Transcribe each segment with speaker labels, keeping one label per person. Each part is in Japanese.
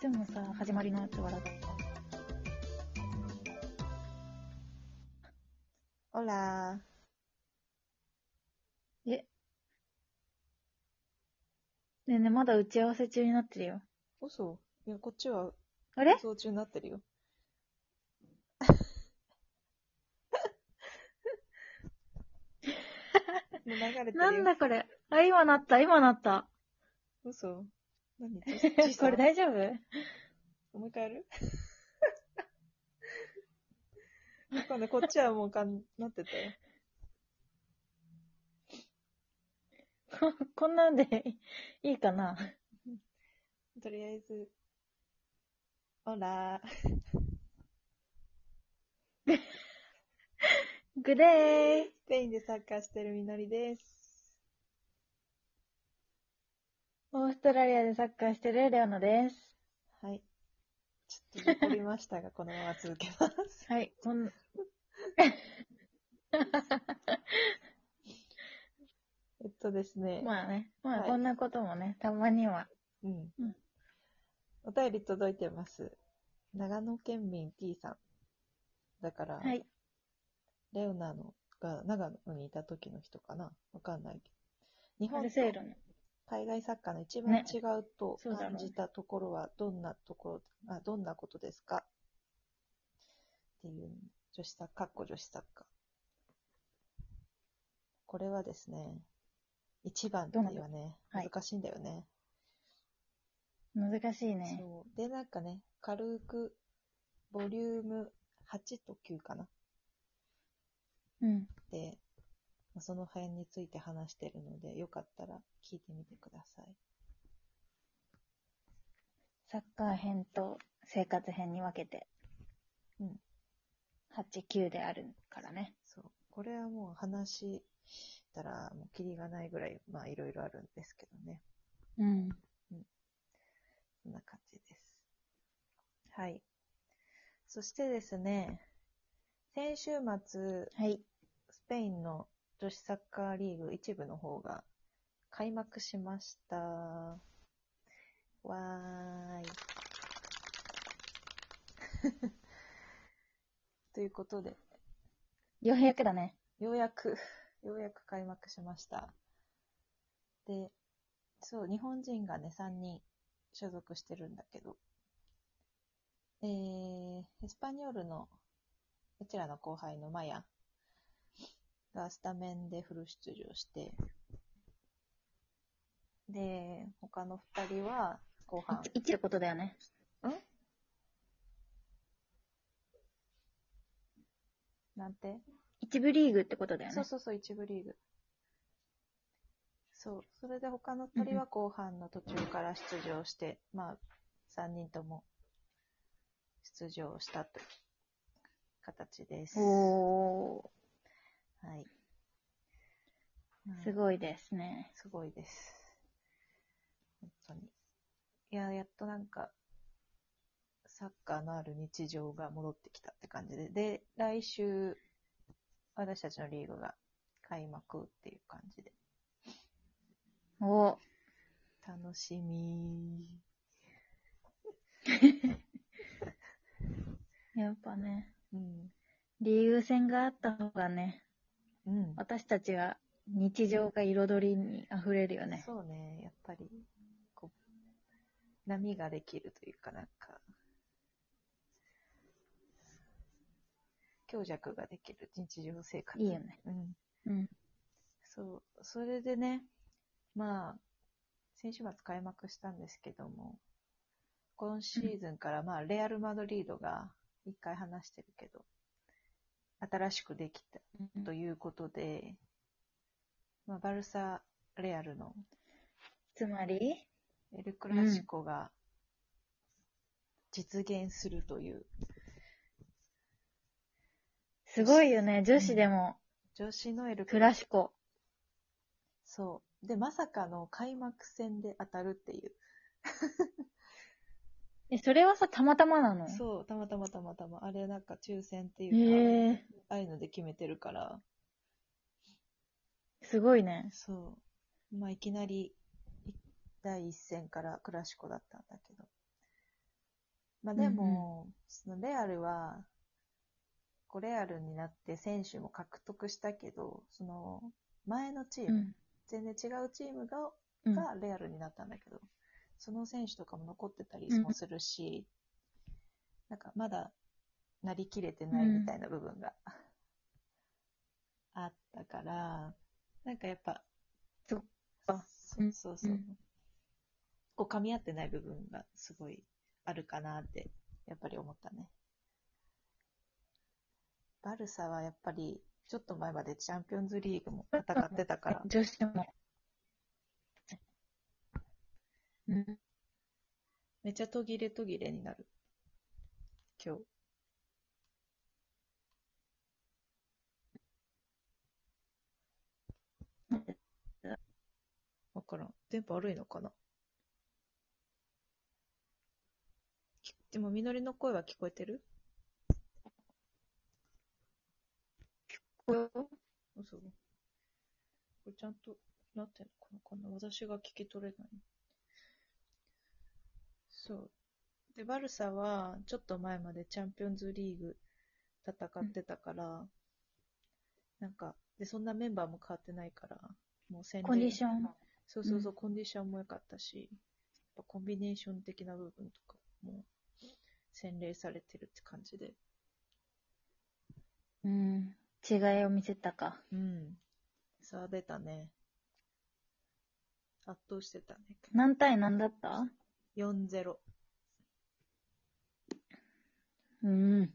Speaker 1: でもさ、始まりのやつ笑った。
Speaker 2: オラ
Speaker 1: ねえねえ、まだ打ち合わせ中になってるよ。
Speaker 2: ー。嘘いや、こっちは、
Speaker 1: あれ
Speaker 2: 放送中になってるよ。もう流れてる
Speaker 1: な
Speaker 2: よ。
Speaker 1: んだこれ。あ、今なった、今なった。
Speaker 2: 嘘何
Speaker 1: これ大丈夫
Speaker 2: もう一回やるわかんない。こっちはもうかん、なってたよ。
Speaker 1: こんなんで いいかな
Speaker 2: とりあえず、オラー。
Speaker 1: グレー。
Speaker 2: スペインでサッカーしてるみのりです。
Speaker 1: オーストラリアでサッカーしてるレオナです。
Speaker 2: はい。ちょっと残りましたが、このまま続けます。
Speaker 1: はい、こん、
Speaker 2: えっとですね。
Speaker 1: まあね、まあ
Speaker 2: はい
Speaker 1: こんなこともね、たまには。
Speaker 2: うん
Speaker 1: うん。
Speaker 2: お便り届いてます。長野県民 T さん。だから、
Speaker 1: はい。
Speaker 2: レオナのが長野にいた時の人かなわかんないけど。日
Speaker 1: マ
Speaker 2: 本
Speaker 1: ルセイ
Speaker 2: と
Speaker 1: ロの。
Speaker 2: 海外作家の一番
Speaker 1: ね
Speaker 2: 違うと
Speaker 1: そうだろう
Speaker 2: 感
Speaker 1: ね
Speaker 2: じたところはどんなところ、あどんなことですかっていう女子作家、かっこ女子作家。これはですね、一番っていうのはね、
Speaker 1: はい
Speaker 2: 難しいんだよね。
Speaker 1: 難しいね。
Speaker 2: そう。で、なんかね、軽く、ボリューム8と9かな
Speaker 1: うん。
Speaker 2: で、まあその辺について話してるので、よかったら聞いてみてください。
Speaker 1: サッカー編と生活編に分けて。
Speaker 2: うん。
Speaker 1: 8、9であるからね。
Speaker 2: そう。これはもう話したら、もうキリがないぐらい、まあいろいろあるんですけどね。
Speaker 1: うん。
Speaker 2: そんな感じです。はい。そしてですね、先週末、
Speaker 1: はい。
Speaker 2: スペインの女子サッカーリーグ一部の方が開幕しました。わーい。 ということで、
Speaker 1: ようやくだね。
Speaker 2: ようやく、 ようやく開幕しました。で、そう、日本人がね、3人所属してるんだけど、えー、エスパニョールの、うちらの後輩のマヤがスタメンでフル出場して、で、他の2人は後半、
Speaker 1: いってことだよね。
Speaker 2: なんて
Speaker 1: 一部リーグってことだよね。
Speaker 2: そうそうそう、一部リーグ。そう、それで他の鳥は後半の途中から出場して、まあ、3人とも出場したという形です。は
Speaker 1: お
Speaker 2: い。
Speaker 1: ー、す
Speaker 2: い。
Speaker 1: ごいですね。
Speaker 2: すごいです。本当に。いや、やっとなんか、サッカーのある日常が戻ってきたって感じで、で、来週、私たちのリーグが開幕っていう感じで。
Speaker 1: お
Speaker 2: 楽しみ
Speaker 1: やっぱね、
Speaker 2: ー。うん。
Speaker 1: リーグ戦があった方がね、
Speaker 2: うん。
Speaker 1: 私たちは日常が彩りに溢れるよね。
Speaker 2: そうね、やっぱり、こう、波ができるというかなんか、強弱ができる日常生活。
Speaker 1: いいよね。
Speaker 2: うん。
Speaker 1: うん。
Speaker 2: そう。それでね、まあ、先週末開幕したんですけども、今シーズンから、まあ、レアル・マドリードが、一回話してるけど、新しくできたということで、まあ、バルサ・レアルの
Speaker 1: つまり、
Speaker 2: エル・クラシコが実現するという、
Speaker 1: すごいよね。女子でも、
Speaker 2: 女子のエル・
Speaker 1: クラシ
Speaker 2: コ。
Speaker 1: コ。
Speaker 2: そう。で、まさかの開幕戦で当たるっていう。
Speaker 1: え、それはさ、たまたまなの
Speaker 2: そう、たまたまたまたま。あれ、なんか抽選っていうか、
Speaker 1: ええ
Speaker 2: ああいうので決めてるから、
Speaker 1: すごいね。
Speaker 2: そう。まあ、いきなり、い第一戦からクラシコだったんだけど。まあでも、そのレアルは、こうレアルになって選手も獲得したけど、その前のチーム、
Speaker 1: うん。
Speaker 2: 全然違うチームが
Speaker 1: うん。
Speaker 2: がレアルになったんだけど、その選手とかも残ってたりもするし、なんかまだなりきれてないみたいな部分があったから、なんかやっぱ、
Speaker 1: そっか
Speaker 2: そ
Speaker 1: うん
Speaker 2: そうそう、
Speaker 1: うん
Speaker 2: こう噛み合ってない部分がすごいあるかなって、やっぱり思ったね。バルサはやっぱり、ちょっと前までチャンピオンズリーグも戦ってたから、
Speaker 1: 女子も。うん。
Speaker 2: めっちゃ途切れ途切れになる。今日。わからん。電波悪いのかなきでも、みのりの声は聞こえてる嘘。これちゃんとなってんのかなこんな私が聞き取れない。そう。で、バルサは、ちょっと前までチャンピオンズリーグ戦ってたから、なんか、で、そんなメンバーも変わってないから、もう戦
Speaker 1: コンディション。
Speaker 2: そうそうそう、コンディションも良かったし、やっぱコンビネーション的な部分とかも洗練されてるって感じで。
Speaker 1: うん。違いを見せたか。
Speaker 2: うん。差出たね。圧倒してたね。
Speaker 1: 何対何だった
Speaker 2: 4-0。
Speaker 1: うん。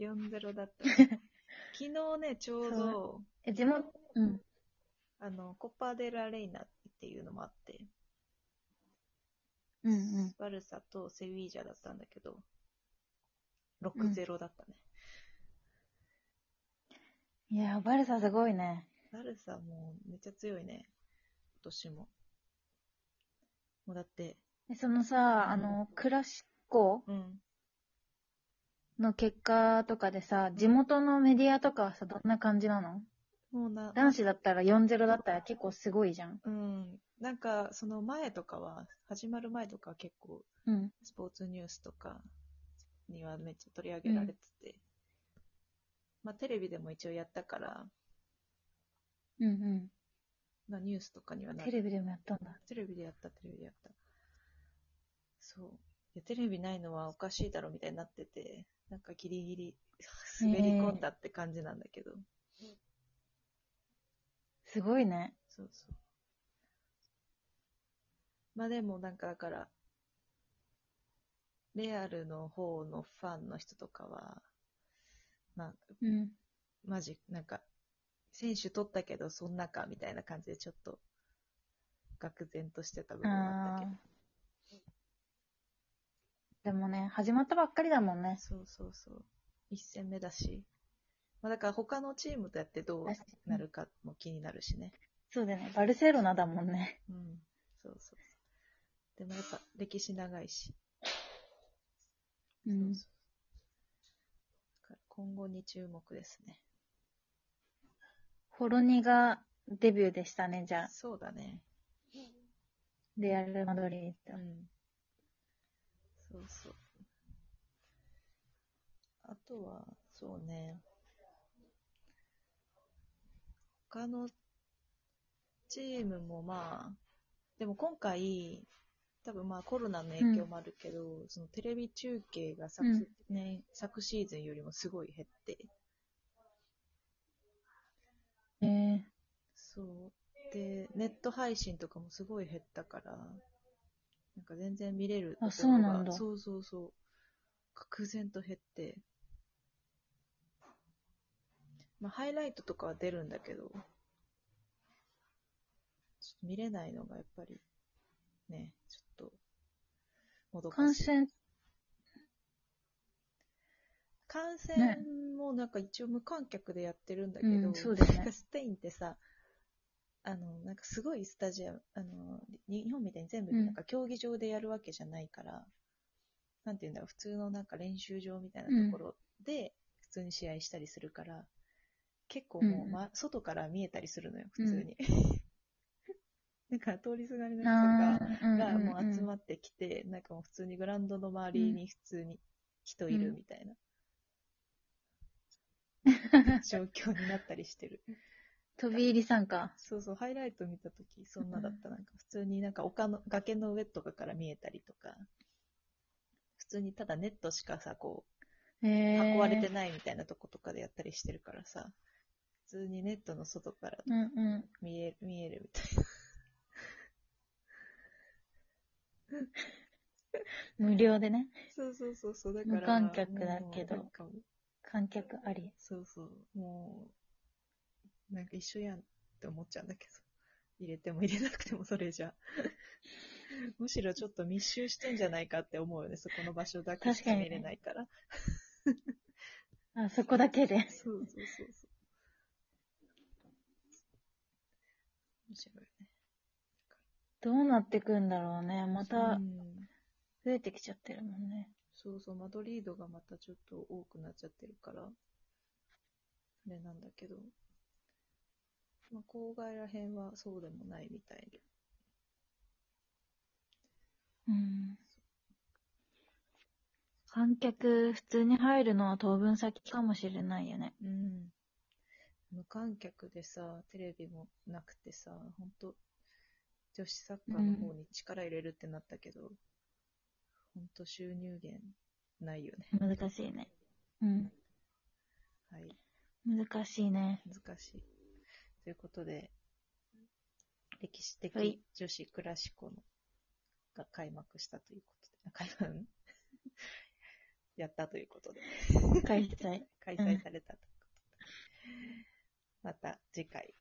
Speaker 2: 4-0だっ たね。昨日ね、ちょうど、
Speaker 1: え、地元、うん。
Speaker 2: あの、コッパデラレイナっていうのもあって、
Speaker 1: うんうん。
Speaker 2: バルサとセビージャだったんだけど、6-0だったね。
Speaker 1: いや、バルサすごいね。
Speaker 2: バルサもうめっちゃ強いね。今年も。もうだって、
Speaker 1: えそのさ、あの、クラシコ
Speaker 2: うん。
Speaker 1: の結果とかでさ、地元のメディアとかはさ、どんな感じなの
Speaker 2: もうな、
Speaker 1: 男子だったら4-0だったら結構すごいじゃん。
Speaker 2: うん。なんか、その前とかは、始まる前とかは結構、
Speaker 1: うん。
Speaker 2: スポーツニュースとかにはめっちゃ取り上げられてて、まあテレビでも一応やったから、
Speaker 1: うん
Speaker 2: なニュースとかには
Speaker 1: うん。
Speaker 2: な
Speaker 1: テレビでもやったんだ。
Speaker 2: テレビでやった、テレビでやった。そう。いやテレビないのはおかしいだろみたいになってて、なんかギリギリ滑り込んだって感じなんだけど。
Speaker 1: すごいね。
Speaker 2: そうそう。まあでもなんかだから、レアルの方のファンの人とかは、まあ、
Speaker 1: うん。
Speaker 2: マジ、なんか、選手取ったけどそんなかみたいな感じでちょっと、愕然としてた部分はあった
Speaker 1: あ
Speaker 2: けど。
Speaker 1: ーでもね、始まったばっかりだもんね。
Speaker 2: そうそうそう。一戦目だし。まあだから他のチームとやってどう
Speaker 1: だし
Speaker 2: なるかも気になるしね。
Speaker 1: そうだよね。バルセロナだもんね。
Speaker 2: うん。そうそうそう。でもやっぱ歴史長いし。
Speaker 1: う。
Speaker 2: そうんそうだから今後に注目ですね。
Speaker 1: ホロニがデビューでしたね、じゃあ。
Speaker 2: そうだね。
Speaker 1: レアル・マドリー
Speaker 2: う
Speaker 1: ド。
Speaker 2: ん。そうそう。あとは、そうね。他のチームもまあ、でも今回、多分まあコロナの影響もあるけど、そのテレビ中継が昨年、昨シーズンよりもすごい減って、
Speaker 1: え
Speaker 2: そう。で、ネット配信とかもすごい減ったから、なんか全然見れる
Speaker 1: あ
Speaker 2: ところ
Speaker 1: そうなんだ
Speaker 2: そうそうそう。愕然と減って。まあ、ハイライトとかは出るんだけど、ちょっと見れないのがやっぱり、ね、ちょっと、もど
Speaker 1: ー、感
Speaker 2: かしい。
Speaker 1: 染、
Speaker 2: 感染
Speaker 1: ね
Speaker 2: もなんか一応無観客でやってるんだけど、
Speaker 1: うんそうだよね
Speaker 2: なんかスペインってさ、あの、なんかすごいスタジアム、あの、に日本みたいに全部
Speaker 1: うん
Speaker 2: なんか競技場でやるわけじゃないから、なんていうんだろう、普通のなんか練習場みたいなところで普通に試合したりするから、結構もう、ま、外から見えたりするのよ、普通に。 なんか通りすがりの人
Speaker 1: あ
Speaker 2: が、
Speaker 1: ーうん
Speaker 2: がも
Speaker 1: うん
Speaker 2: う集
Speaker 1: っ
Speaker 2: まってきて、なんかもう普通にグラウンドの周りに普通に人いるみた いな、状況になったりしてる。
Speaker 1: 飛び入り参加。
Speaker 2: そうそう、ハイライト見たとき、そんなだった。なんか普通になんか丘の、崖の上とかから見えたりとか、普通にただネットしかさ、こう、
Speaker 1: へー
Speaker 2: 囲われてないみたいなとことかでやったりしてるからさ、普通にネットの外から
Speaker 1: うんうん。
Speaker 2: 見える、見えるみたい な。
Speaker 1: 無料でね。
Speaker 2: そうそうそうそう、だ
Speaker 1: 無
Speaker 2: から。
Speaker 1: 観客だけど
Speaker 2: もうなんかもう
Speaker 1: 観客あり。
Speaker 2: そうそう、もう、なんか一緒やんって思っちゃうんだけど、入れても入れなくてもそれじゃ。 むしろちょっと密集してんじゃないかって思うよね、そこの場所だけし
Speaker 1: 確か
Speaker 2: か
Speaker 1: にね
Speaker 2: 見れないから。
Speaker 1: あ、そこだけで。
Speaker 2: そうそうそうそう。面白いね。
Speaker 1: どうなってくんだろうね。ま
Speaker 2: う
Speaker 1: た
Speaker 2: ん
Speaker 1: 増えてきちゃってるもんね。
Speaker 2: そうそう、マドリードがまたちょっと多くなっちゃってるから、あれなんだけど、まあ、郊外ら辺はそうでもないみたいで。
Speaker 1: うん。観客、普通に入るのは当分先かもしれないよね。
Speaker 2: うん。無観客でさ、テレビもなくてさ、ほんと、女子サッカーの方に力入れるってなったけど、ほんと収入源ないよね。
Speaker 1: 難しいね。うん。
Speaker 2: はい、
Speaker 1: 難しいね。
Speaker 2: 難しい。ということで、歴史的
Speaker 1: はい
Speaker 2: 女子クラシコのが開幕したということで、開幕 やったということで、
Speaker 1: 開催。
Speaker 2: 開
Speaker 1: うん
Speaker 2: 催されたということで。また次回。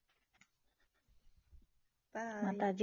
Speaker 2: バイ
Speaker 1: また次回